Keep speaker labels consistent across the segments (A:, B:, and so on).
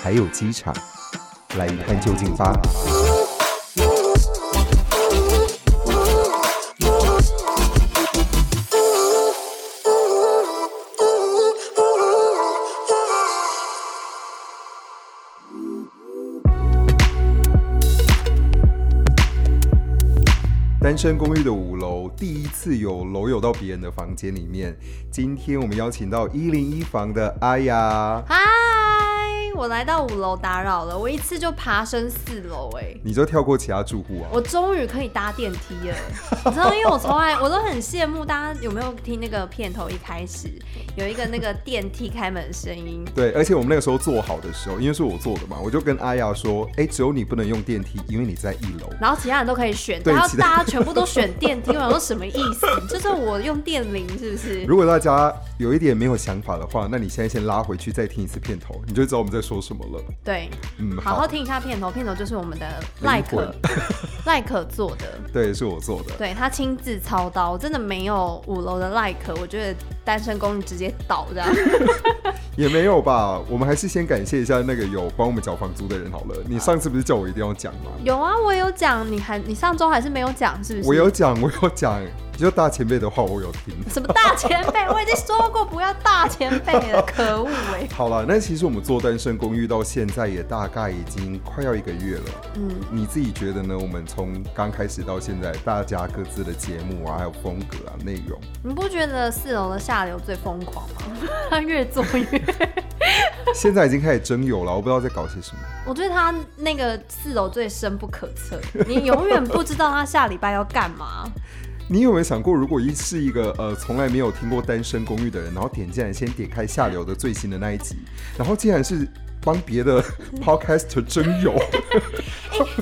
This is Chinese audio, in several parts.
A: 还有机场，来一探究竟吧。单身公寓的五楼，第一次有楼友到别人的房间里面。今天我们邀请到一零一房的阿雅，
B: 嗨，我来到五楼打扰了，我一次就爬升四楼哎、
A: 你就跳过其他住户啊？
B: 我终于可以搭电梯了，你知道，因为我从来我都很羡慕大家有没有听那个片头一开始有一个那个电梯开门的声音，
A: 对，而且我们那个时候做好的时候，因为是我做的嘛，我就跟阿雅说，哎、只有你不能用电梯，因为你在一楼。
B: 然后其他人都可以选，
A: 对
B: 然后
A: 其他
B: 大家全部都选电梯，我想说什么意思？就是我用电铃是不是？
A: 如果大家有一点没有想法的话，那你现在先拉回去再听一次片头，你就知道我们在说什么了。
B: 对，
A: 嗯，
B: 好好听一下片头，片头就是我们的赖可
A: 魂
B: 赖 可做的。
A: 对，是我做的。
B: 对他亲自操刀，真的没有五楼的 like，我觉得单身公寓直接倒这 样。
A: 也没有吧，我们还是先感谢一下那个有帮我们缴房租的人好了。你上次不是叫我一定要讲吗？
B: 有啊，我有讲，你还你上周还是没有讲，是不是？
A: 我有讲，我有讲，就大前辈的话我有听。
B: 什么大前辈， 我已经说过不要大前辈了，可恶哎、
A: 好了，那其实我们做单身公寓到现在也大概已经快要一个月了。
B: 嗯，
A: 你自己觉得呢？我们从刚开始到现在，大家各自的节目啊，还有风格啊、内容，
B: 你不觉得四楼的下流最疯狂 吗？他越做越，
A: 现在已经开始征友了，我不知道在搞些什么。
B: 我觉得他那个四楼最深不可测，你永远不知道他下礼拜要干嘛。
A: 你有没有想过，如果一是一个呃从来没有听过《单身公寓》的人，然后点进来先点开下流的最新的那一集，然后竟然是帮别的 podcaster 征友，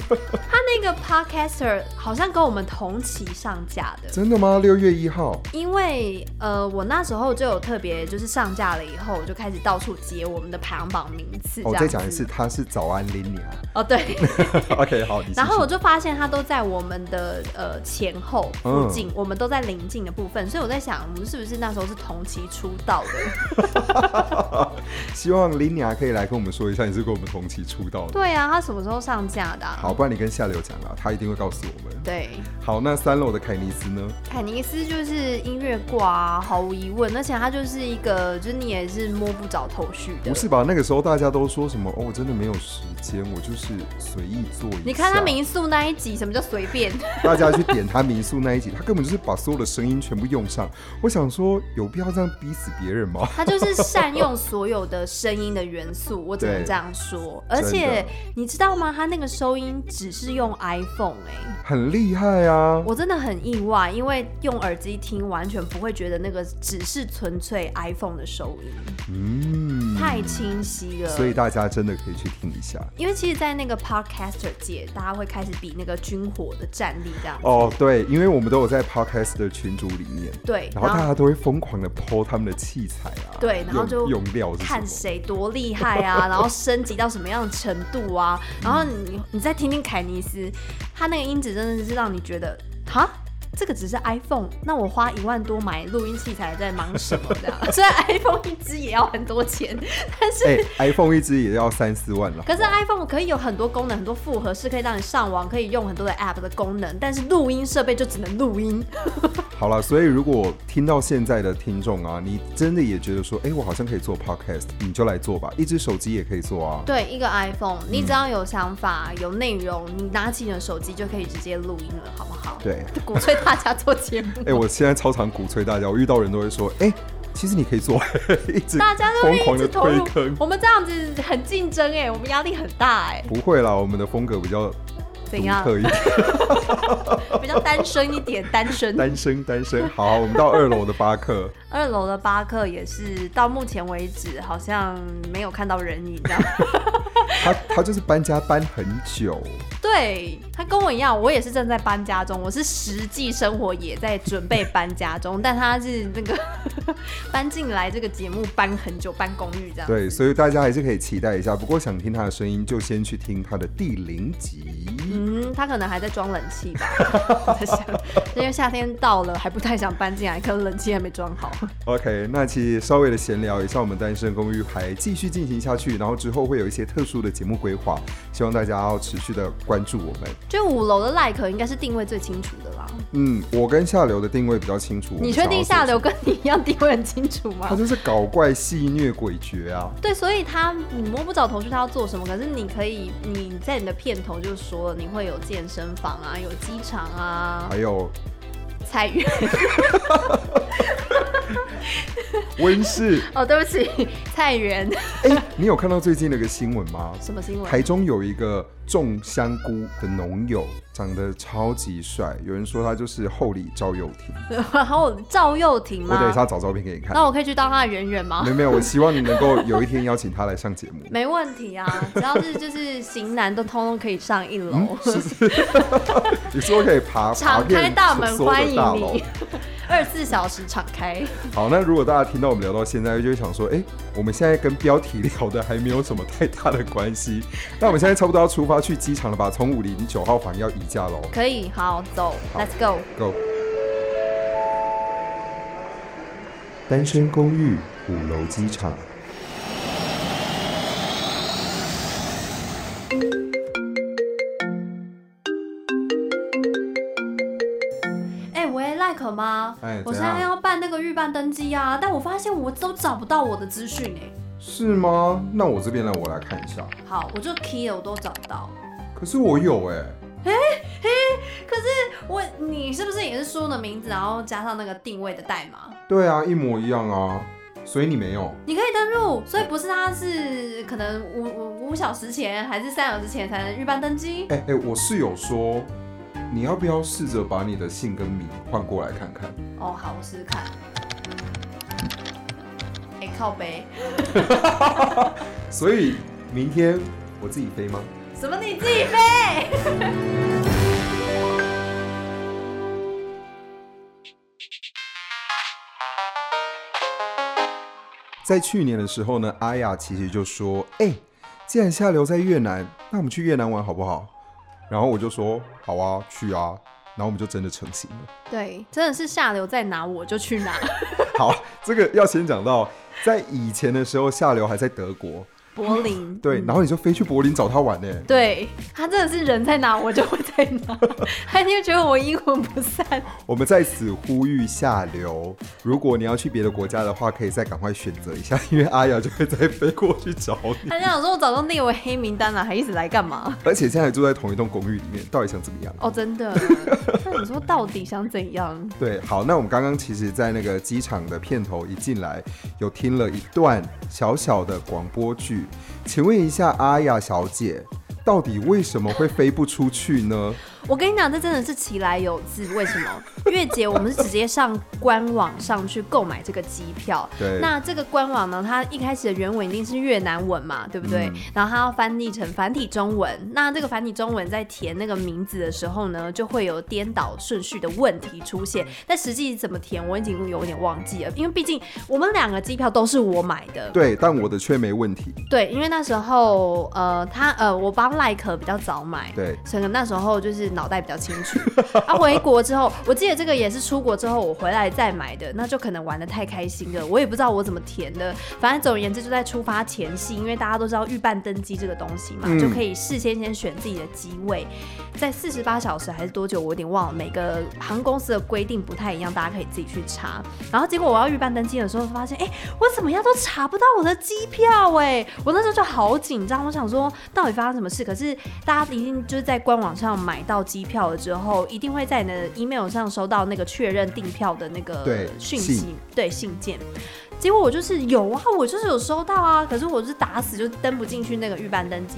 B: 他那个 podcaster 好像跟我们同期上架的，
A: 真的吗？六月一号，
B: 因为呃，我那时候就有特别，就是上架了以后，我就开始到处接我们的排行榜名次。
A: 哦我、
B: 这样
A: 再
B: 子
A: 讲一次，他是早安 l i n a
B: 哦，对。
A: OK，好，你继续
B: 然后我就发现它都在我们的呃前后附
A: 嗯
B: 近，我们都在临近的部分，所以我在想，我们是不是那时候是同期出道 的？
A: 希望 l i n a 可以来跟我们说一下，你是跟我们同期出道的。
B: 对啊，它什么时候上架的、啊？
A: 好，不然你跟下流讲啦，他一定会告诉我们。
B: 对，
A: 好，那三楼的凯尼斯呢？
B: 凯尼斯就是音乐挂、啊，毫无疑问，而且它就是一个，就是你也是摸不着头绪的。
A: 不是吧？那个时候大家都说什么？哦，我真的没有时间，我就是随意做一下。
B: 你看他民宿那一集，什么叫随便？
A: 大家去点他民宿那一集，他根本就是把所有的声音全部用上。我想说，有必要这样逼死别人吗？
B: 他就是善用所有的声音的元素，我只能这样说。而且你知道吗？他那个收音只是用 iPhone 哎、
A: 很厉害啊！
B: 我真的很意外，因为用耳机听完全不会觉得那个只是纯粹 iPhone 的收音，
A: 嗯，
B: 太清晰了。
A: 所以大家真的可以去听一下。
B: 因为其实，在那个 podcaster 界，大家会开始比那个军火的战力这样。
A: 哦，对，因为我们都有在 podcast 的群组里面，
B: 对，
A: 然后大家都会疯狂的剖他们的器材啊，
B: 对然后
A: 用
B: 就
A: 用料是什么
B: 看谁多厉害 啊，然后升级到什么样的程度啊，然后你你再听听凯尼斯，他那个音质真的是让你觉得哈。这个只是 iPhone，那我花一万多买录音器材在忙什么？这 样，虽然 iPhone 一支也要很多钱，但是、
A: 哎、i p h o n e 一只也要三四万了。
B: 可是 iPhone 可以有很多功能，很多复合式可以让你上网，可以用很多的 App 的功能，但是录音设备就只能录音。
A: 好了，所以如果听到现在的听众啊，你真的也觉得说，哎、我好像可以做 podcast，你就来做吧，一只手机也可以做啊。
B: 对，一个 iPhone，你只要有想法、有内容，你拿起你的手机就可以直接录音了，好不好？
A: 对，
B: 鼓吹大家做节目。
A: 哎、我现在超常鼓吹大家，我遇到人都会说，哎、其实你可以做， 一直
B: 大家都
A: 疯
B: 愿意一
A: 狂
B: 直
A: 的
B: 投
A: 推
B: 入
A: 坑，。
B: 欸我们这样子很竞争哎、我们压力很大哎、
A: 不会啦，我们的风格比较
B: 怎样
A: 独特 一点，
B: 比较单身一点，单身。
A: 单身单身。好，我们到二楼的巴克，
B: 二楼的巴克也是到目前为止好像没有看到人影 这样。
A: 他他就是搬家搬很久，
B: 对他跟我一样，我也是正在搬家中，我是实际生活也在准备搬家中，但他是那个 搬进来这个节目搬很久，搬公寓这样。
A: 对，所以大家还是可以期待一下。不过想听他的声音，就先去听他的第零集。
B: 嗯，他可能还在装冷气 吧，我在想，因为夏天到了还不太想搬进来，可能冷气还没装好。
A: OK，那其实稍微的闲聊一下，我们单身公寓还继续进行下去，然后之后会有一些特殊的节目规划，希望大家要持续的关注我们。
B: 就五楼的 like 应该是定位最清楚的啦。
A: 嗯，我跟下流的定位比较清楚。我们
B: 你确定下
A: 想要
B: 流跟你一样定位很清楚
A: 他
B: 吗？
A: 就是搞怪、戏虐、诡谲啊！
B: 对，所以他你摸不着头绪他要做什么，可是你可以你在你的片头就说你会有健身房啊，有机场啊，
A: 还有
B: 菜 园
A: 温室。
B: 哦，对不起，菜园
A: 哎、你有看到最近那个新闻吗？
B: 什么新
A: 台
B: 闻？
A: 中有一个种香菇的农友，长得超级帅，有人说他就是后里赵又 廷。
B: 然后赵又廷
A: 我等一下
B: 吗？
A: 找照片给你看
B: 那。我可以去当他的圆圆吗
A: 没？有没有，我希望你能够有一天邀请他来 上节目。
B: 没问题 啊，只要是就是型男都通通可以上一楼。
A: 嗯你说可以爬爬
B: 敞开
A: 遍
B: 大门
A: 所
B: 欢
A: 有
B: 迎
A: 的大楼
B: 你。， 二十四小时敞开。
A: 好，那如果大家听到我们聊到现在，就会想说，哎、我们现在跟标题聊的还没有什么太大的关系。那我们现在差不多要出发去机场了吧？从五零九号房要移驾喽
B: 可以，好，走
A: 好
B: ，Let's go。
A: ，Go！
C: 单身公寓五楼机场。
B: 哎、喂，like 吗？
A: 哎
B: 我
A: 怎
B: 现
A: 样
B: 在要办那个预办登记啊，但我发现我都找不到我的资讯哎。
A: 是吗？那我这边来，我来看一下。
B: 好，我就 key 了，我都找不到。
A: 可是我有哎、
B: 可是我，你是不是也是输的名字，然后加上那个定位的代码？
A: 对啊，一模一样啊，所以你没有。
B: 你可以登录，所以不是它是可能五五五小时前还是三小时前才能预办登记？
A: 哎、哎、我室友说，你要不要试着把你的姓跟名换过来看看？
B: 哦，好，我试试看。嗯哎、靠背，
A: 所以明天我自己飞吗？
B: 什么你自己飞？
A: 在去年的时候呢，阿雅其实就说：“哎、既然下流在越南，那我们去越南玩好不好？”然后我就说：“好啊，去啊。”然后我们就真的成型了。
B: 对，真的是下流在哪我就去哪。
A: 好，这个要先讲到，在以前的时候，下流还在德国，
B: 柏 林，
A: 对，然后你就飞去柏林找他玩呢、
B: 对他真的是人在哪我就会在哪， 他就觉得我阴魂不散。
A: 我们在此呼吁下流，如果你要去别的国家的话，可以再赶快选择一下，因为阿雅就会再飞过去找你。
B: 他就想说，我早就列为黑名单了，还一直来干嘛？
A: 而且现在住在同一栋公寓里面，到底想怎么样？
B: 哦，真的。那你说到底想怎样？
A: 对，好，那我们刚刚其实，在那个机场的片头一进来，有听了一段小小的广播剧。请问一下，阿雅小姐，到底为什么会飞不出去呢？
B: 我跟你讲，这真的是其来有自。为什么？月姐，我们是直接上官网上去购买这个机票。
A: 对
B: 那这个官网呢，它一开始的原文一定是越南文嘛，对不对？然后它要翻译成繁体中文。那这个繁体中文在填那个名字的时候呢，就会有颠倒顺序的问题出现。但实际怎么填，我已经有点忘记了，因为毕竟我们两个机票都是我买的。
A: 对，但我的却没问题。
B: 对，因为那时候呃，他呃，我帮赖可比较早买，
A: 对
B: 所以可能那时候就是脑袋比较清楚。啊，回国之后，我记得这个也是出国之后我回来再买的，那就可能玩的太开心了，我也不知道我怎么填的。反正总而言之，就在出发前夕，因为大家都知道预办登机这个东西嘛，
A: 嗯
B: 就可以事先先选自己的机位，在四十八小时还是多久，我有点忘了，每个航空公司的规定不太一样，大家可以自己去查。然后结果我要预办登机的时候，发现哎、诶我怎么样都查不到我的机票哎、我那时候就好紧张，我想说到底发生什么事？可是大家一定就是在官网上买到机票了之后，一定会在你的 email 上收到那个确认订票的那个
A: 对
B: 讯
A: 信
B: 息，对信件。结果我就是有啊，我就是有收到啊，可是我是打死就登不进去那个预班登机。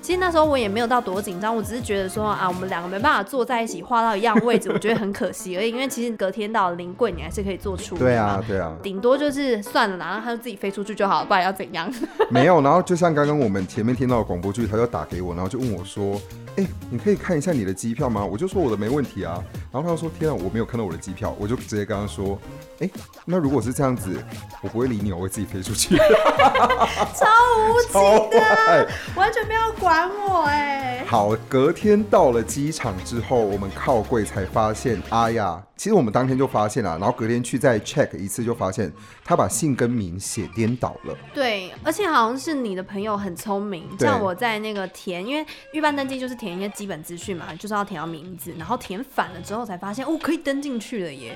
B: 其实那时候我也没有到多紧张，我只是觉得说啊，我们两个没办法坐在一起，画到一样位置，我觉得很可惜而已。因为其实隔天到临柜，你还是可以做处理
A: 对
B: 嘛
A: 啊，对啊，
B: 顶多就是算了啦，然后他就自己飞出去就好，不然要怎 样？
A: 没有。然后就像刚刚我们前面听到的广播剧，他就打给我，然后就问我说：“哎、你可以看一下你的机票吗？”我就说我的没问题啊。然后他就说：“天啊，我没有看到我的机票。”我就直接跟他说：“哎、那如果是这样子，我不会理你，我会自己飞出去。
B: 超无”情，
A: 超坏。
B: 完全没有管我哎、
A: 好，隔天到了机场之后，我们靠柜才发现，哎呀，其实我们当天就发现了，然后隔天去再 check 一次，就发现他把姓跟名写颠倒了。
B: 对，而且好像是你的朋友很聪明，
A: 对
B: 像我在那个填，因为预办登记就是填一些基本资讯嘛，就是要填到名字，然后填反了之后才发现，哦，可以登进去了 耶。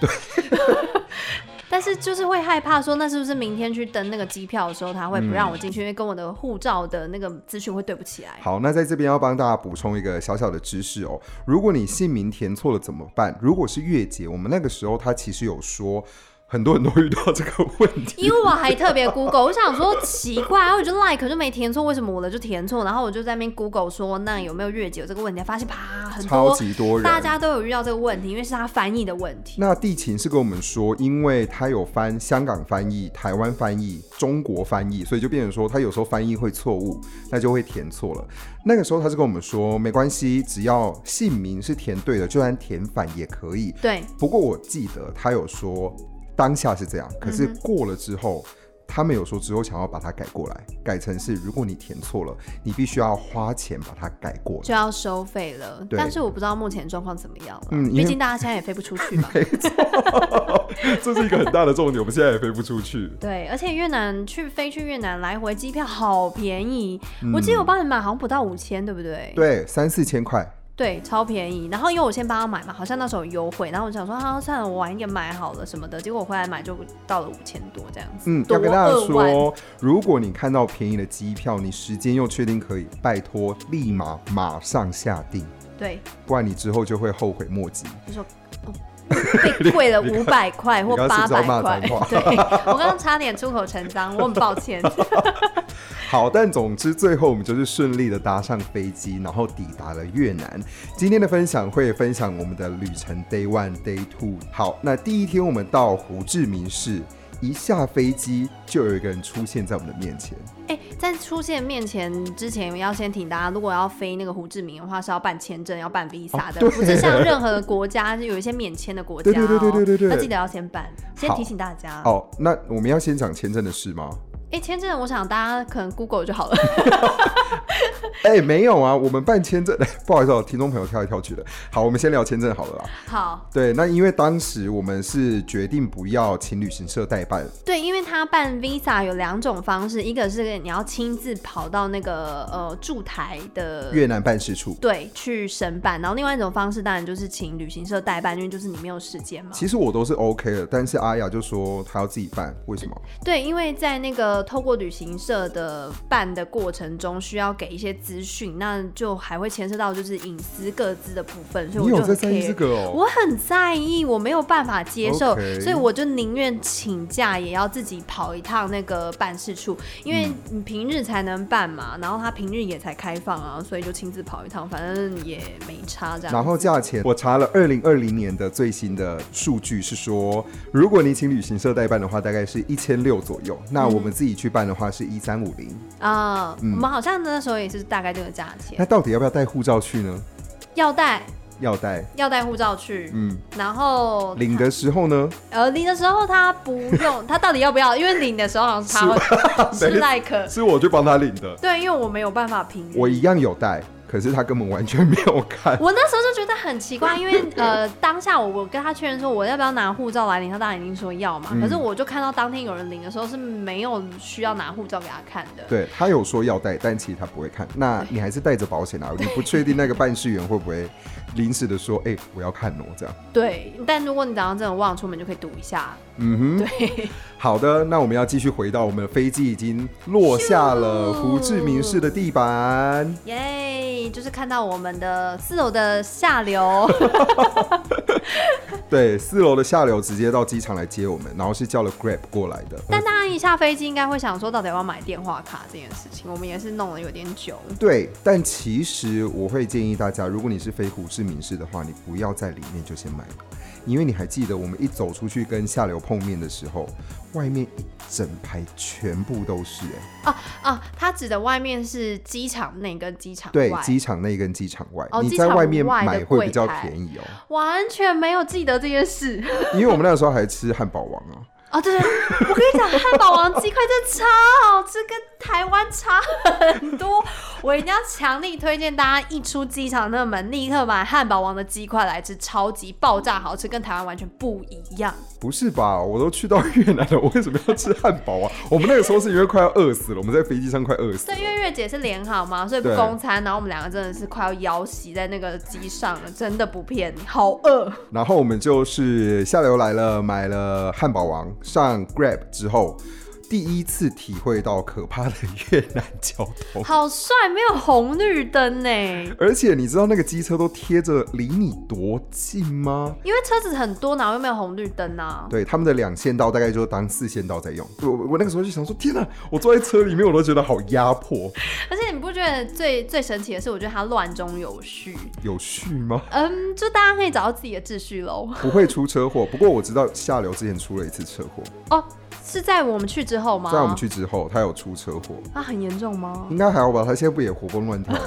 B: 但是就是会害怕说，那是不是明天去登那个机票的时候，他会不让我进去，因为跟我的护照的那个资讯会对不起来。
A: 好，那在这边要帮大家补充一个小小的知识哦。如果你姓名填错了怎么办？如果是月姐，我们那个时候她其实有说，很多人都遇到这个问题。
B: 因为我还特别 Google，我想说奇怪，我就 like 就没填错，为什么我的就填错？然后我就在那边 Google 说，那有没有月姐有这个问题？发现啪，很
A: 超
B: 多
A: 级多人，
B: 大家都有遇到这个问题，因为是他翻译的问题。
A: 那地勤是跟我们说，因为他有翻香港翻译、台湾翻译、中国翻译，所以就变成说他有时候翻译会错误，那就会填错了。那个时候他是跟我们说，没关系，只要姓名是填对的，就算填反也可以。
B: 对，
A: 不过我记得他有说当下是这样，可是过了之后。他们有说之后想要把它改过来，改成是如果你填错了，你必须要花钱把它改过 来。
B: 就要收费了，
A: 对
B: 但是我不知道目前状况怎么样了，
A: 嗯因为
B: 毕竟大家现在也飞不出 去嘛。
A: 这是一个很大的重点，我们现在也飞不出去。
B: 对，而且越南去飞去越南来回机票好便宜，
A: 嗯
B: 我记得我帮你买好像不到五千，对不对？
A: 对，三四千块，
B: 对，超便宜。然后因为我先帮他买嘛，好像那时候有优惠，然后我想说，啊，算了，我晚一点买好了什么的。结果我回来买就到了五千多这样子，
A: 嗯，
B: 多
A: 要跟大家
B: 二万。
A: 说，如果你看到便宜的机票，你时间又确定可以，拜托立马马上下定，
B: 对，
A: 不然你之后就会后悔莫及。
B: 就说。哦 被贵了五百块或
A: 你刚
B: 八
A: 刚是不
B: 百
A: 是要骂
B: 块
A: 脏话，
B: 对我刚刚差点出口成脏，我很抱歉。
A: 好，但总之最后我们就是顺利的搭上飞机，然后抵达了越南。今天的分享会分享我们的旅程 Day One、Day Two。好，那第一天我们到胡志明市，一下飞机就有一个人出现在我们的面前。
B: 哎、在出现面前之前，要先请大家，如果要飞那个胡志明的话，是要办签证，要办 visa 的，
A: 哦对
B: 不是像任何的国家，有一些免签的国家、哦，
A: 对对对对对对对
B: 那记得要先办，先
A: 好
B: 提醒大家。
A: 哦，那我们要先讲签证的事吗？
B: 哎、签证我想大家可能 Google 就好 了。
A: 哎、没有啊，我们办签证， 不好意思、哦，听众朋友跳来跳去的。好，我们先聊签证好了啦。
B: 好，
A: 对，那因为当时我们是决定不要请旅行社代办，
B: 对，因为他办 Visa 有两种方式，一个是你要亲自跑到那个呃驻台的
A: 越南办事处。
B: 对去申办，然后另外一种方式当然就是请旅行社代办，因为就是你没有时间嘛。
A: 其实我都是 OK 的，但是阿雅就说她要自己办，为什么？
B: 对，因为在那个透过旅行社的办的过程中，需要给一些资讯，那就还会牵涉到就是隐私各自的部分，所以
A: 你
B: 我
A: 有
B: 就
A: 在
B: 很
A: 在意这
B: care。
A: 个哦？
B: 我很在意，我没有办法接受
A: OK
B: 所以我就宁愿请假也要自己跑一趟那个办事处，因为
A: 嗯
B: 你平日才能办嘛，然后他平日也才开放啊，所以就亲自跑一趟，反正也没差这样。
A: 然后价钱，我查了二零二零年的最新的数据是说，如果你请旅行社代办的话，大概是一千六左右。那我们自己去办的话是一三五零。
B: 啊、
A: 嗯
B: 我们好像那时候也是大概这个价
A: 那
B: 钱，
A: 到底要不要带护照去呢？
B: 要带
A: 要带。
B: 要带护照去，
A: 嗯，
B: 然后
A: 领的时候呢？
B: 呃，领的时候他不 用，他到底要不要？因为领的时候好像是他会是 like，
A: 是我去帮他领的。
B: 对，因为我没有办法评。
A: 我一样有带，可是他根本完全没有看。
B: 我那时候就觉得很奇怪，因为呃，当下我我跟他确认说我要不要拿护照来领，他当然已经说要嘛。
A: 嗯
B: 可是我就看到当天有人领的时候是没有需要拿护照给他看的。
A: 对他有说要带，但其实他不会看。那你还是带着 保险啊，你不确定那个办事员会不会临时的说，哎、我要看哦，这样。
B: 对，但如果你早上真的忘了出门，就可以赌一下
A: 嗯哼，
B: 对，
A: 好的，那我们要继续回到我们飞机已经落下了
B: 咻
A: 胡志明市的地板。
B: 耶、就是看到我们的四楼的下 流，
A: 对，四楼的下流直接到机场来接我们，然后是叫了 Grab 过来的。
B: 但大家一下飞机应该会想说，到底要不要买电话卡这件事情，我们也是弄了有点久。
A: 对，但其实我会建议大家，如果你是非胡志明市的话，你不要在里面就先买了，因为你还记得我们一走出去跟下流碰面的时候，外面一整排全部都是、欸，
B: 啊，它指的外面是机场内跟机场
A: 对
B: 外，，
A: 机场内跟机场外，
B: 哦
A: 你
B: 机
A: 在
B: 场
A: 外面
B: 外的
A: 买会
B: 柜
A: 比较
B: 台
A: 便宜哦，
B: 完全没有记得这件事。
A: 因为我们那个时候还吃汉堡王啊。
B: 哦，对，对我跟你讲，汉堡王鸡块真的超好吃，跟台湾差很多。我一定要强力推荐大家，一出机场那门立刻买汉堡王的鸡块来吃，超级爆炸好吃，跟台湾完全不一样。
A: 不是吧？我都去到越南了，我为什么要吃汉堡啊？我们那个时候是因为快要饿死了，我们在飞机上快饿死
B: 对，
A: 了。
B: 因为月姐是连好嘛，所以不
A: 对
B: 公餐，然后我们两个真的是快要腰袭在那个机上了，真的不骗你，好饿。
A: 然后我们就是下流来了，买了汉堡王，上 Grab 之后，第一次体会到可怕的越南交通。
B: 好帅，没有红绿灯欸呢，
A: 而且你知道那个机车都贴着离你多近吗？
B: 因为车子很多，然后又没有红绿灯啊。
A: 对，他们的两线道大概就当四线道在用。我我那个时候就想说，天哪！我坐在车里面，我都觉得好压迫。
B: 而且你不觉得最最神奇的是，我觉得它乱中有序。
A: 有序吗？
B: 嗯，就大家可以找到自己的秩序喽。
A: 不会出车祸。不过我知道下流之前出了一次车祸，
B: 哦，是在我们去之后吗？
A: 在我们去嗯之后，他有出车祸，
B: 啊，很严重吗？
A: 应该还好吧？他现在不也活蹦乱跳吗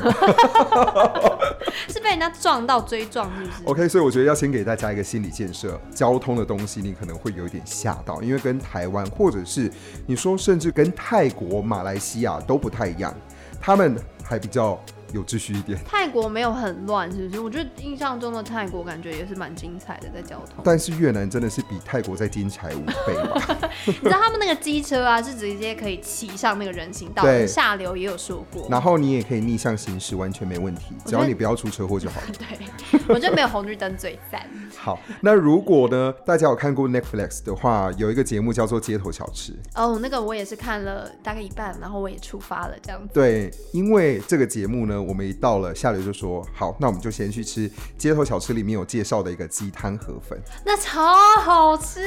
B: 是被人家撞到追撞，是不是？
A: ？OK，所以我觉得要先给大家一个心理建设，交通的东西你可能会有一点吓到，因为跟台湾或者是你说甚至跟泰国、马来西亚都不太一样，他们还比较有秩序一点。
B: 泰国没有很乱，是不是？我觉得印象中的泰国感觉也是蛮精彩的，在交 通。
A: 但是越南真的是比泰国再精彩五倍吧？
B: 你知道他们那个机车啊，是直接可以骑上那个人行道
A: 对，
B: 下流也有说过。
A: 然后你也可以逆向行驶，完全没问题，只要你不要出车祸就好了。
B: 对，我觉得没有红绿灯最赞。
A: 好，那如果呢，大家有看过 Netflix 的话，有一个节目叫做《街头小吃》。
B: 哦，那个我也是看了大概一半，然后我也出发了，这样子。
A: 对，因为这个节目呢，我们一到了下流就说好，那我们就先去吃街头小吃里面有介绍的一个鸡汤河粉。
B: 那超好吃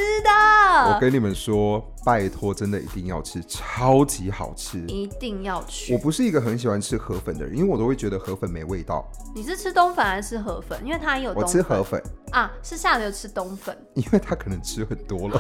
A: 我
B: 的，
A: 跟你们说，拜托，真的一定要吃，超级好吃。
B: 一定要去
A: 我。不是一个很喜欢吃河粉的人，因为我都会觉得河粉没味道。
B: 你是吃冬粉还是吃河粉？因为它也有
A: 我
B: 冬
A: 吃
B: 粉
A: 河粉，
B: 啊，是下流吃冬粉，
A: 因为他可能吃很多了。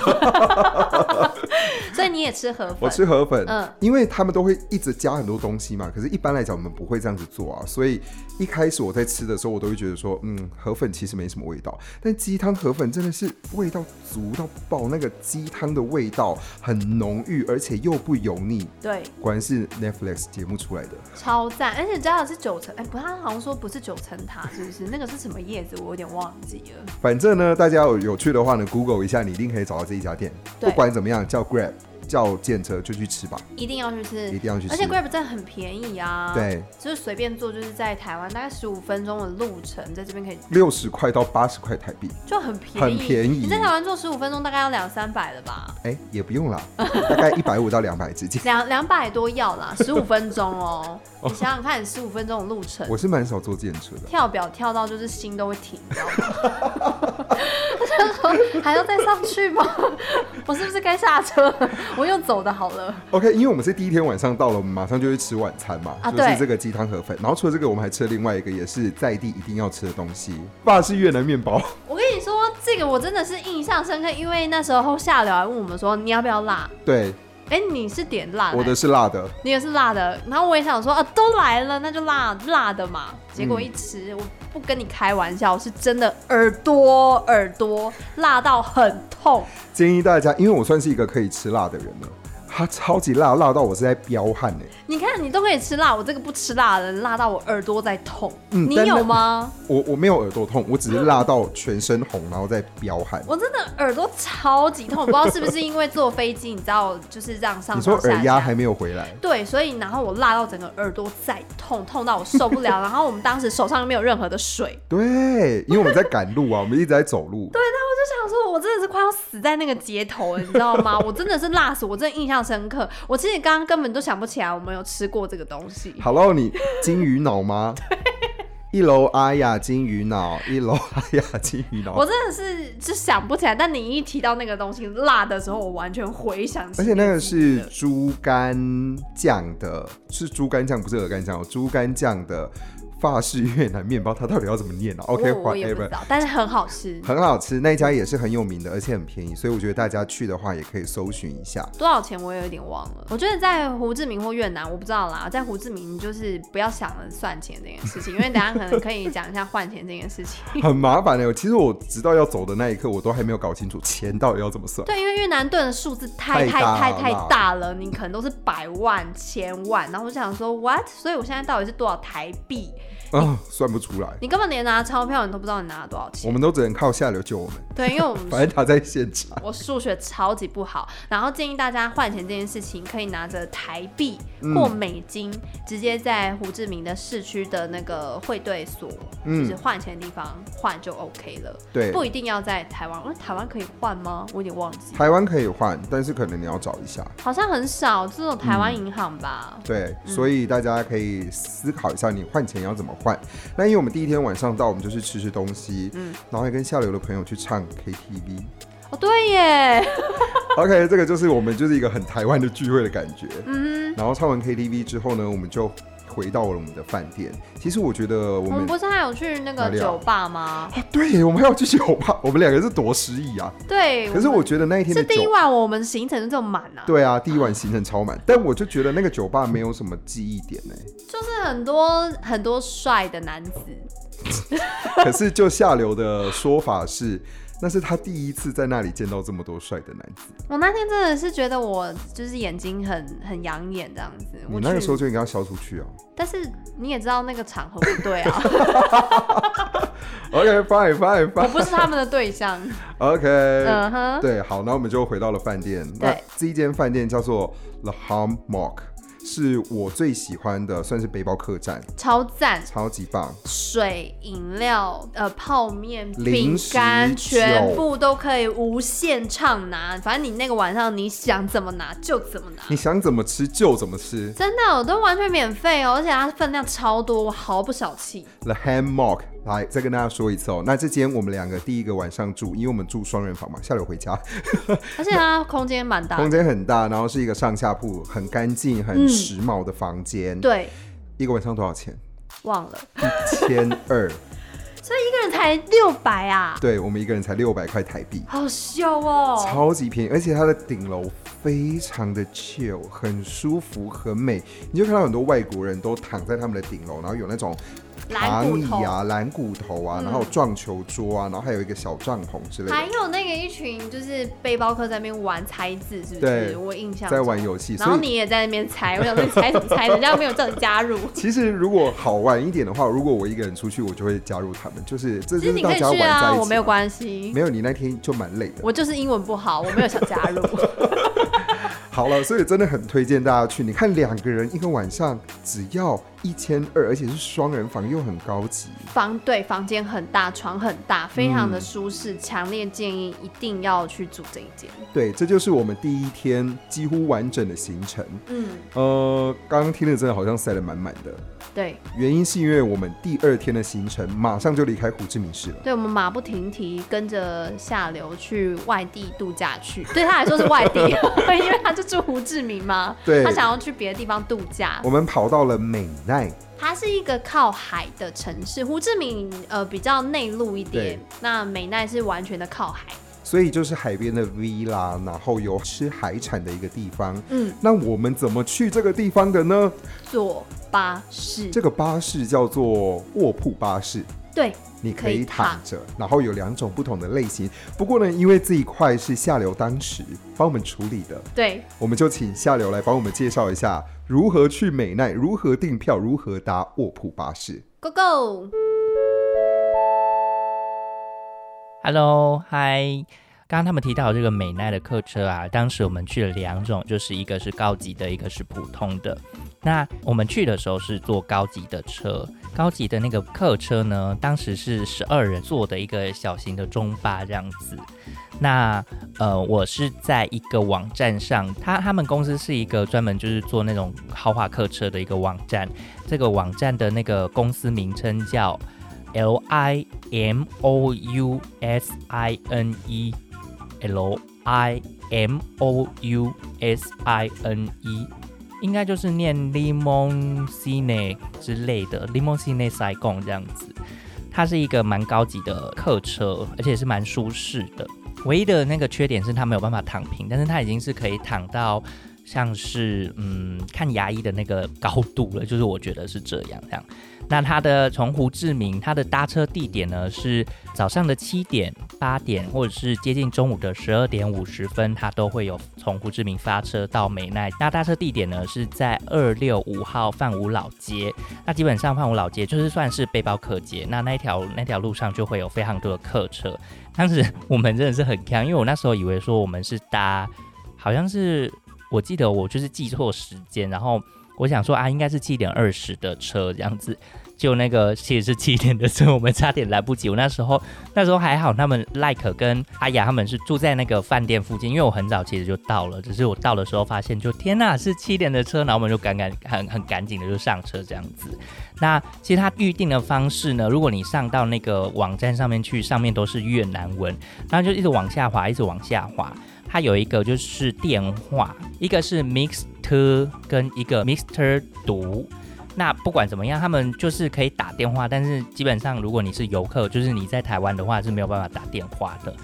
B: 所以你也吃河粉。
A: 我吃河粉，
B: 嗯
A: 因为他们都会一直加很多东西嘛。可是，一般来讲我们不会这样子做啊。所以一开始我在吃的时候，我都会觉得说，嗯，河粉其实没什么味道。但鸡汤河粉真的是味道足到爆，那个鸡汤的味道很浓郁，而且又不油腻。
B: 对，
A: 果然是 Netflix 节目出来的，
B: 超赞，而且加的是九层，哎、不，他好像说不是九层塔，是不是？那个是什么叶子？我有点忘记了。
A: 反正呢，大家有有趣的话呢，Google 一下，你一定可以找到这一家店。
B: 对
A: 不管怎么样，叫 Grab，叫建车就去吃吧，
B: 一定要去
A: 一
B: 吃，
A: 定要去
B: 嗯
A: 吃。
B: 而且 Grab 真的很便宜啊。，
A: 对，
B: 就是随便坐，就是在台湾大概十五分钟的路程，在这边可以
A: 六十块到八十块台币。
B: 就很便宜，
A: 很便宜
B: 你在台湾坐十五分钟大概要两三百了吧？
A: 哎、也不用啦，大概一百五到两百 之间。
B: 两两百多要啦，十五分钟哦。 你想想看，十五分钟的路程，
A: 我是蛮少坐电车的，
B: 跳表跳到就是心都会停，你知道吗？ 我想说还要再上去吗？ 我是不是该下车？我又走的好了。
A: OK，因为我们是第一天晚上到了，我们马上就去吃晚餐嘛，
B: 啊
A: 就是
B: 对
A: 这个鸡汤河粉。然后除了这个，我们还吃了另外一个也是在地一定要吃的东西，法式越南面包。
B: 我跟你说，这个我真的是印象深刻，因为那时候下流还问我们说你要不要辣？
A: 对，
B: 哎、你是点辣的、
A: 我的是辣的，
B: 你也是辣的，然后我也想说啊，都来了，那就辣辣的嘛。结
A: 嗯
B: 果一吃，我不跟你开玩笑，是真的耳朵耳朵辣到很痛。
A: 建议大家，因为我算是一个可以吃辣的人了，它超级辣，辣到我是在彪悍哎、
B: 你看，你都可以吃辣，我这个不吃辣的人，辣到我耳朵在痛。
A: 嗯
B: 你
A: 但那
B: 有吗？
A: 我我没有耳朵痛，我只是辣到全身红，然后在彪悍。
B: 我真的耳朵超级痛，我不知道是不是因为坐飞机，你知道，就是这样上
A: 你说
B: 上下
A: 耳压
B: 下
A: 还没有回来，
B: 对，所以然后我辣到整个耳朵在痛，痛到我受不 了。然后我们当时手上又没有任何的水，
A: 对，因为我们在赶路啊，我们一直在走路。
B: 对，那我就想说，我真的是快要死在那个街头了，你知道 吗？我真的是辣死，我真的印象深刻。我其实刚刚根本都想不起来我们有吃过这个东西。
A: Hello，你金鱼脑吗？一楼阿雅金鱼脑，一楼阿雅金鱼脑
B: 我。真的是就想不起来，但你一提到那个东西辣的时候，我完全回想起自
A: 而且
B: 己的。
A: 那个是猪肝酱的，是猪肝酱，不是鹅肝酱哦，猪肝酱的法式越南面包，它到底要怎么念啊？OK，
B: 我我也不
A: whatever
B: 知。道，但是很好吃。
A: 很好吃，那一家也是很有名的，而且很便宜，所以我觉得大家去的话也可以搜寻一下。
B: 多少钱我也有点忘了。我觉得在胡志明或越南，我不知道啦。在胡志明，你就是不要想了算钱这件事情，因为等一下可能可以讲一下换钱这件事情。
A: 很麻烦的、其实我直到要走的那一刻，我都还没有搞清楚钱到底要怎么算。
B: 对，因为越南盾的数字太太
A: 太大
B: 太
A: 了
B: 太大了，你可能都是百万、千万，然后我就想说 what？所以我现在到底是多少台币？
A: 啊，算不出来，
B: 你根本连拿钞票你都不知道你拿了多少
A: 我
B: 钱。
A: 们都只能靠下流救我们。
B: 对，因为我们
A: 反正他在现场，
B: 我数学超级不好，然后建议大家换钱这件事情，可以拿着台币
A: 嗯
B: 或美金，直接在胡志明的市区的那个汇兑所，
A: 嗯
B: 就是换钱的地方换就 OK 了，
A: 对，
B: 不一定要在台湾。因为台湾可以换吗？我有点忘记，
A: 台湾可以换，但是可能你要找一下。
B: 好像很少，只有台
A: 嗯
B: 湾银行吧。
A: 对，
B: 嗯
A: 所以大家可以思考一下，你换钱要怎么换。那因为我们第一天晚上到，我们就是吃吃东西，嗯，然后还跟下流的朋友去唱 KTV。
B: 哦，对耶，
A: OK，这个就是我们就是一个很台湾的聚会的感觉。嗯，然后唱完 KTV 之后呢，我们就回到了我们的饭店。其实我觉得我
B: 我
A: 们
B: 们不是还有去那
A: 哪
B: 个
A: 里啊
B: 酒吧吗？
A: 啊，对耶，我们还要去酒吧， 我们两个是多失忆啊。
B: 对，
A: 可是我
B: 们
A: 觉得那一天的
B: 是第一
A: 酒，
B: 晚我们行程就这么满啊，
A: 对啊，第一晚行程超满，但我就觉得那个酒吧没有什么记忆点呢。
B: 就是很多很多帅的男子。
A: 可是就下流的说法是，那是他第一次在那里见到这么多帅的男子。
B: 我那天真的是觉得我就是眼睛很很养眼这样子。
A: 你
B: 我
A: 那个
B: 去
A: 时候，就应该要消出去哦。
B: 但是你也知道那个场合不对 啊，
A: OK，fine fine
B: 我
A: fine。
B: 不是他们的对象。
A: OK，
B: 嗯哼，
A: 对，好，那我们就回到了饭店。那
B: 对
A: 这一间饭店叫做 The Hammock，是我最喜欢的，算是背包客栈，
B: 超赞！
A: 超级棒。
B: 水、饮料、呃，泡面、
A: 零
B: 饼
A: 食
B: 干，
A: 酒
B: 全部都可以无限畅拿。反正你那个晚上你想怎么拿就怎么拿。
A: 你想怎么吃就怎么吃。
B: 真的，我都完全免费哦，而且它分量超多，我毫不小气。
A: The Hammock，来再跟大家说一次哦。那这间我们两个第一个晚上住，因为我们住双人房嘛，下流回家，
B: 而且它空间蛮大的，
A: 空间很大，然后是一个上下铺，很干净、很时髦的房间。，
B: 嗯对，
A: 一个晚上多少钱？
B: 忘了，
A: 一千二。
B: 一个人才六百啊，
A: 对我们一个人才六百块台币。
B: 好秀哦。
A: 超级便宜，而且它的顶楼非常的 chill，很舒服，很美。你就看到很多外国人都躺在他们的顶楼，然后有那种躺
B: 蓝骨
A: 椅
B: 头，嗯
A: 啊、蓝骨头啊，然后有撞球桌啊，然后还有一个小帐篷之类
B: 还
A: 的。
B: 有那个一群就是背包客在那边玩猜字，是不
A: 对
B: 是？我印象
A: 在
B: 中
A: 玩游戏，
B: 然后
A: 所以
B: 你也在那边猜，我想说你猜什么猜，人家没有叫你加 入。
A: 其实如果好玩一点的话，如果我一个人出去，我就会加入他们，就是这
B: 其实
A: 就是
B: 你
A: 大
B: 可以
A: 家玩
B: 去
A: 在一起
B: 啊，
A: 嘛。
B: 我没有关系
A: 没。有你那天就蛮累的。
B: 我就是英文不好，我没有想加 入。
A: 好了，所以真的很推荐大家去。你看两个人一个晚上只要一千二，而且是双人房又很高级。
B: 房对房间很大，床很大，非常
A: 嗯
B: 的舒适，强烈建议一定要去住这一间。
A: 对，这就是我们第一天几乎完整的行程。
B: 嗯，
A: 呃，刚刚听的真的好像塞得满满的，
B: 对，
A: 原因是因为我们第二天的行程马上就离开胡志明市了。
B: 对我们马不停蹄跟着下流去外地度假去， 对他来说是外地，因为他就住胡志明嘛，
A: 对
B: 他想要去别的地方度假
A: 我。们跑到了美奈，
B: 它是一个靠海的城市，胡志明呃比较内陆一点
A: 对，
B: 那美奈是完全的靠海。
A: 所以就是海边的 villa，然后有吃海产的一个地方。
B: 嗯，
A: 那我们怎么去这个地方的呢？
B: 坐巴士，
A: 这个巴士叫做卧铺巴士，
B: 对，
A: 你可
B: 可
A: 以
B: 以躺
A: 躺着，然后有两种不同的类型。不过呢，因为这一块是下流当时帮我们处理的，
B: 对，
A: 我们就请下流来帮我们介绍一下如何去美奈，如何订票，如何搭卧铺巴士。
B: Go Go，
D: Hello，嗨，刚刚他们提到这个美奈的客车啊，当时我们去了两种，就是一个是高级的，一个是普通的。那我们去的时候是坐高级的车，高级的那个客车呢，当时是十二人坐的一个小型的中巴这样子。那呃，我是在一个网站上，他他们公司是一个专门就是做那种豪华客车的一个网站，这个网站的那个公司名称叫 L I M O U S I N E L I M O U S I N E，应该就是念 limousine 之类的 limousine Saigon 这样子。它是一个蛮高级的客车，而且是蛮舒适的。唯一的那个缺点是它没有办法躺平，但是它已经是可以躺到像是嗯看牙医的那个高度了，就是我觉得是这样这样。那它的从胡志明，它的搭车地点呢是早上的七点、八点，或者是接近中午的十二点五十分，它都会有从胡志明发车到美奈。那搭车地点呢是在二六五号范武老街。那基本上范武老街就是算是背包客街，那那一条那条路上就会有非常多的客车。当时我们真的是很坑，因为我那时候以为说我们是搭，好像是我记得我就是记错时间，然后我想说啊，应该是七点二十的车这样子，就那个其实是七点的车，我们差点来不及。我那时候那时候还好，他们 Like 跟阿雅他们是住在那个饭店附近，因为我很早其实就到了，只是我到的时候发现就天呐是七点的车，然后我们就赶赶很很赶紧的就上车这样子。那其实它预定的方式呢，如果你上到那个网站上面去，上面都是越南文，然后就一直往下滑，一直往下滑。它有一个就是电话，一个是 Mixer 跟一个 Mixer 读。那不管怎么样，他们就是可以打电话，但是基本上如果你是游客，就是你在台湾的话是没有办法打电话的，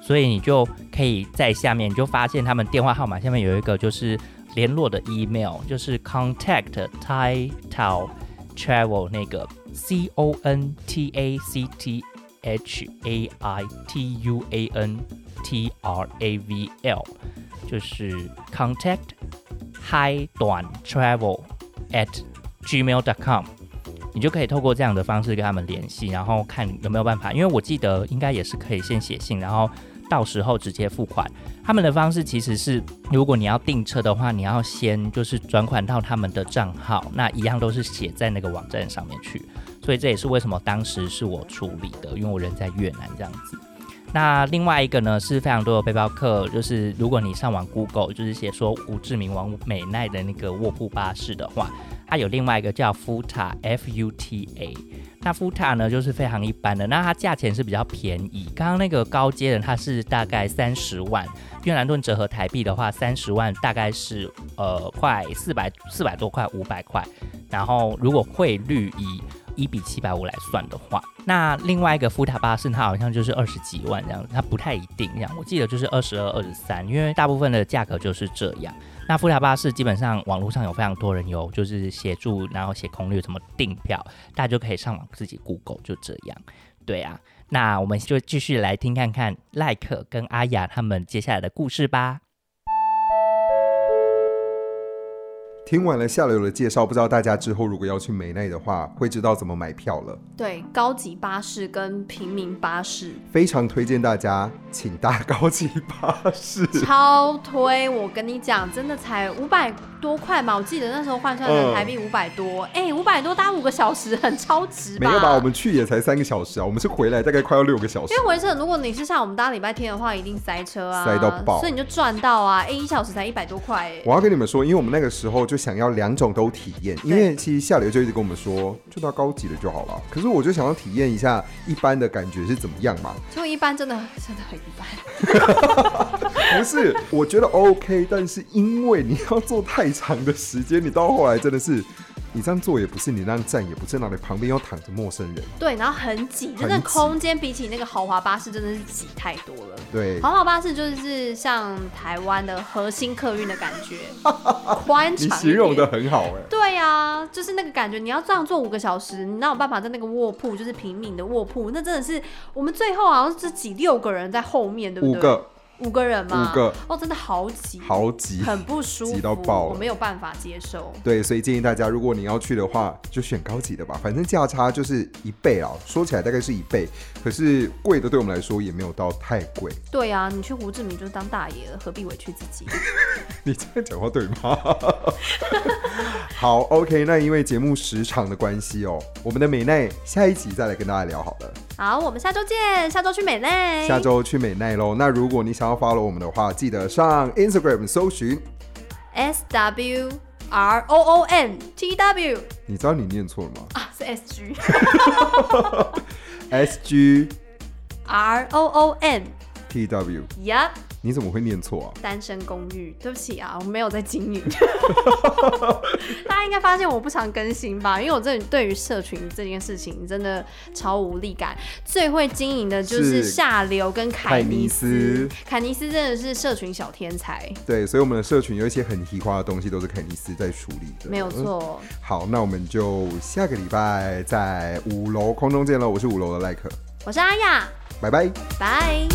D: 所以你就可以在下面你就发现他们电话号码下面有一个就是联络的 email，就是 contact Thai Tao Travel 那个 C O N T A C T H A I T U A N T R A V L，就是 contact hi 短 travel at gmail.com，你就可以透过这样的方式跟他们联系，然后看有没有办法。因为我记得应该也是可以先写信，然后到时候直接付款。他们的方式其实是，如果你要订车的话，你要先就是转款到他们的账号，那一样都是写在那个网站上面去。所以这也是为什么当时是我处理的，因为我人在越南这样子。那另外一个呢，是非常多的背包客，就是如果你上网 Google，就是写说吴志明王美奈的那个卧铺巴士的话，它有另外一个叫 Futa F U T A。那 Futa 呢，就是非常一般的，那它价钱是比较便宜。刚刚那个高阶的，它是大概三十万越南盾折合台币的话，三十万大概是呃快四百四百多块五百块，然后如果汇率以一比七百五来算的话，那另外一个福塔巴士它好像就是二十几万这样，它不太一定这样。我记得就是二十二、二十三，因为大部分的价格就是这样。那福塔巴士基本上网络上有非常多人有就是协助，然后写攻略怎么订票，大家就可以上网自己 Google 就这样。对啊，那我们就继续来听看看赖克跟阿雅他们接下来的故事吧。
A: 听完了下流的介绍，不知道大家之后如果要去美奈的话，会知道怎么买票了。
B: 对，高级巴士跟平民巴士
A: 非常推荐大家，请搭高级巴士。
B: 超推！我跟你讲，真的才五百多块嘛，我记得那时候换算成
A: 嗯
B: 台币五百多，哎、五百多搭五个小时，很超值
A: 没
B: 吧？
A: 有吧？我们去也才三个小时啊，我们是回来大概快要六个小时
B: 因。为回程如果你是像我们搭礼拜天的话，一定塞车啊，
A: 塞到爆
B: 所以你就赚到啊！哎、一小时才一百多块、哎，
A: 我要跟你们说，因为我们那个时候就想要两种都体验，因为其实下流就一直跟我们说，就到高级的就好了。可是我就想要体验一下一般的感觉是怎么样嘛。
B: 所以一般真的真的很一 般。
A: 不是，我觉得 OK，但是因为你要坐太长的时间，你到后来真的是，你这样坐也不是，你那样站也不是，那你旁边又躺着陌生人，
B: 对，然后很挤，真的
A: 很挤
B: 空间比起那个豪华巴士真的是挤太多了。
A: 对，
B: 豪华巴士就是像台湾的核心客运的感 觉，宽
A: 你
B: 敞一点。
A: 形容的很好哎、
B: 对呀、就是那个感觉，你要这样坐五个小时，你哪有办法在那个卧铺，就是平民的卧铺？那真的是我们最后好像是挤六个人在后面，对不
A: 五
B: 对？
A: 个，
B: 五个人吗？
A: 五个
B: 哦，真的好挤，
A: 好挤，
B: 很不舒
A: 挤
B: 服，
A: 到爆了
B: 我没有办法接受。
A: 对，所以建议大家，如果你要去的话，就选高级的吧，反正价差就是一倍啊，说起来大概是一倍，可是贵的对我们来说也没有到太贵。
B: 对啊，你去胡志明就是当大爷了，何必委屈自己？
A: 你这样讲话对吗？ 好，OK，那因为节目时长的关系哦，我们的美奈下一集再来跟大家聊好了。
B: 好，我们下周见，下周去美嘞，
A: 下周去美奈喽。那如果你想要 follow 我们的话，记得上 Instagram 搜寻。
B: S W R O O N T W
A: 你知道你念错了吗
B: 啊，是 S G
A: ？S G
B: R O O N。
A: T W，
B: Yup，
A: 你怎么会念错啊？
B: 单身公寓。对不起啊，我没有在经营。 大家应该发现我不常更新吧，因为我真的对于社群这件事情真的超无力感。最会经营的就是
A: 是
B: 下流跟凯
A: 凯
B: 尼
A: 尼
B: 斯
A: 斯，
B: 凯尼斯真的是社群小天才，
A: 对，所以我们的社群有一些很奇葩的东西都是肯尼斯在处理的，
B: 没有错。
A: 好，那我们就下个礼拜在五楼空中见喽！我是五楼的赖可，
B: 我是阿雅，
A: 拜拜。
B: 拜。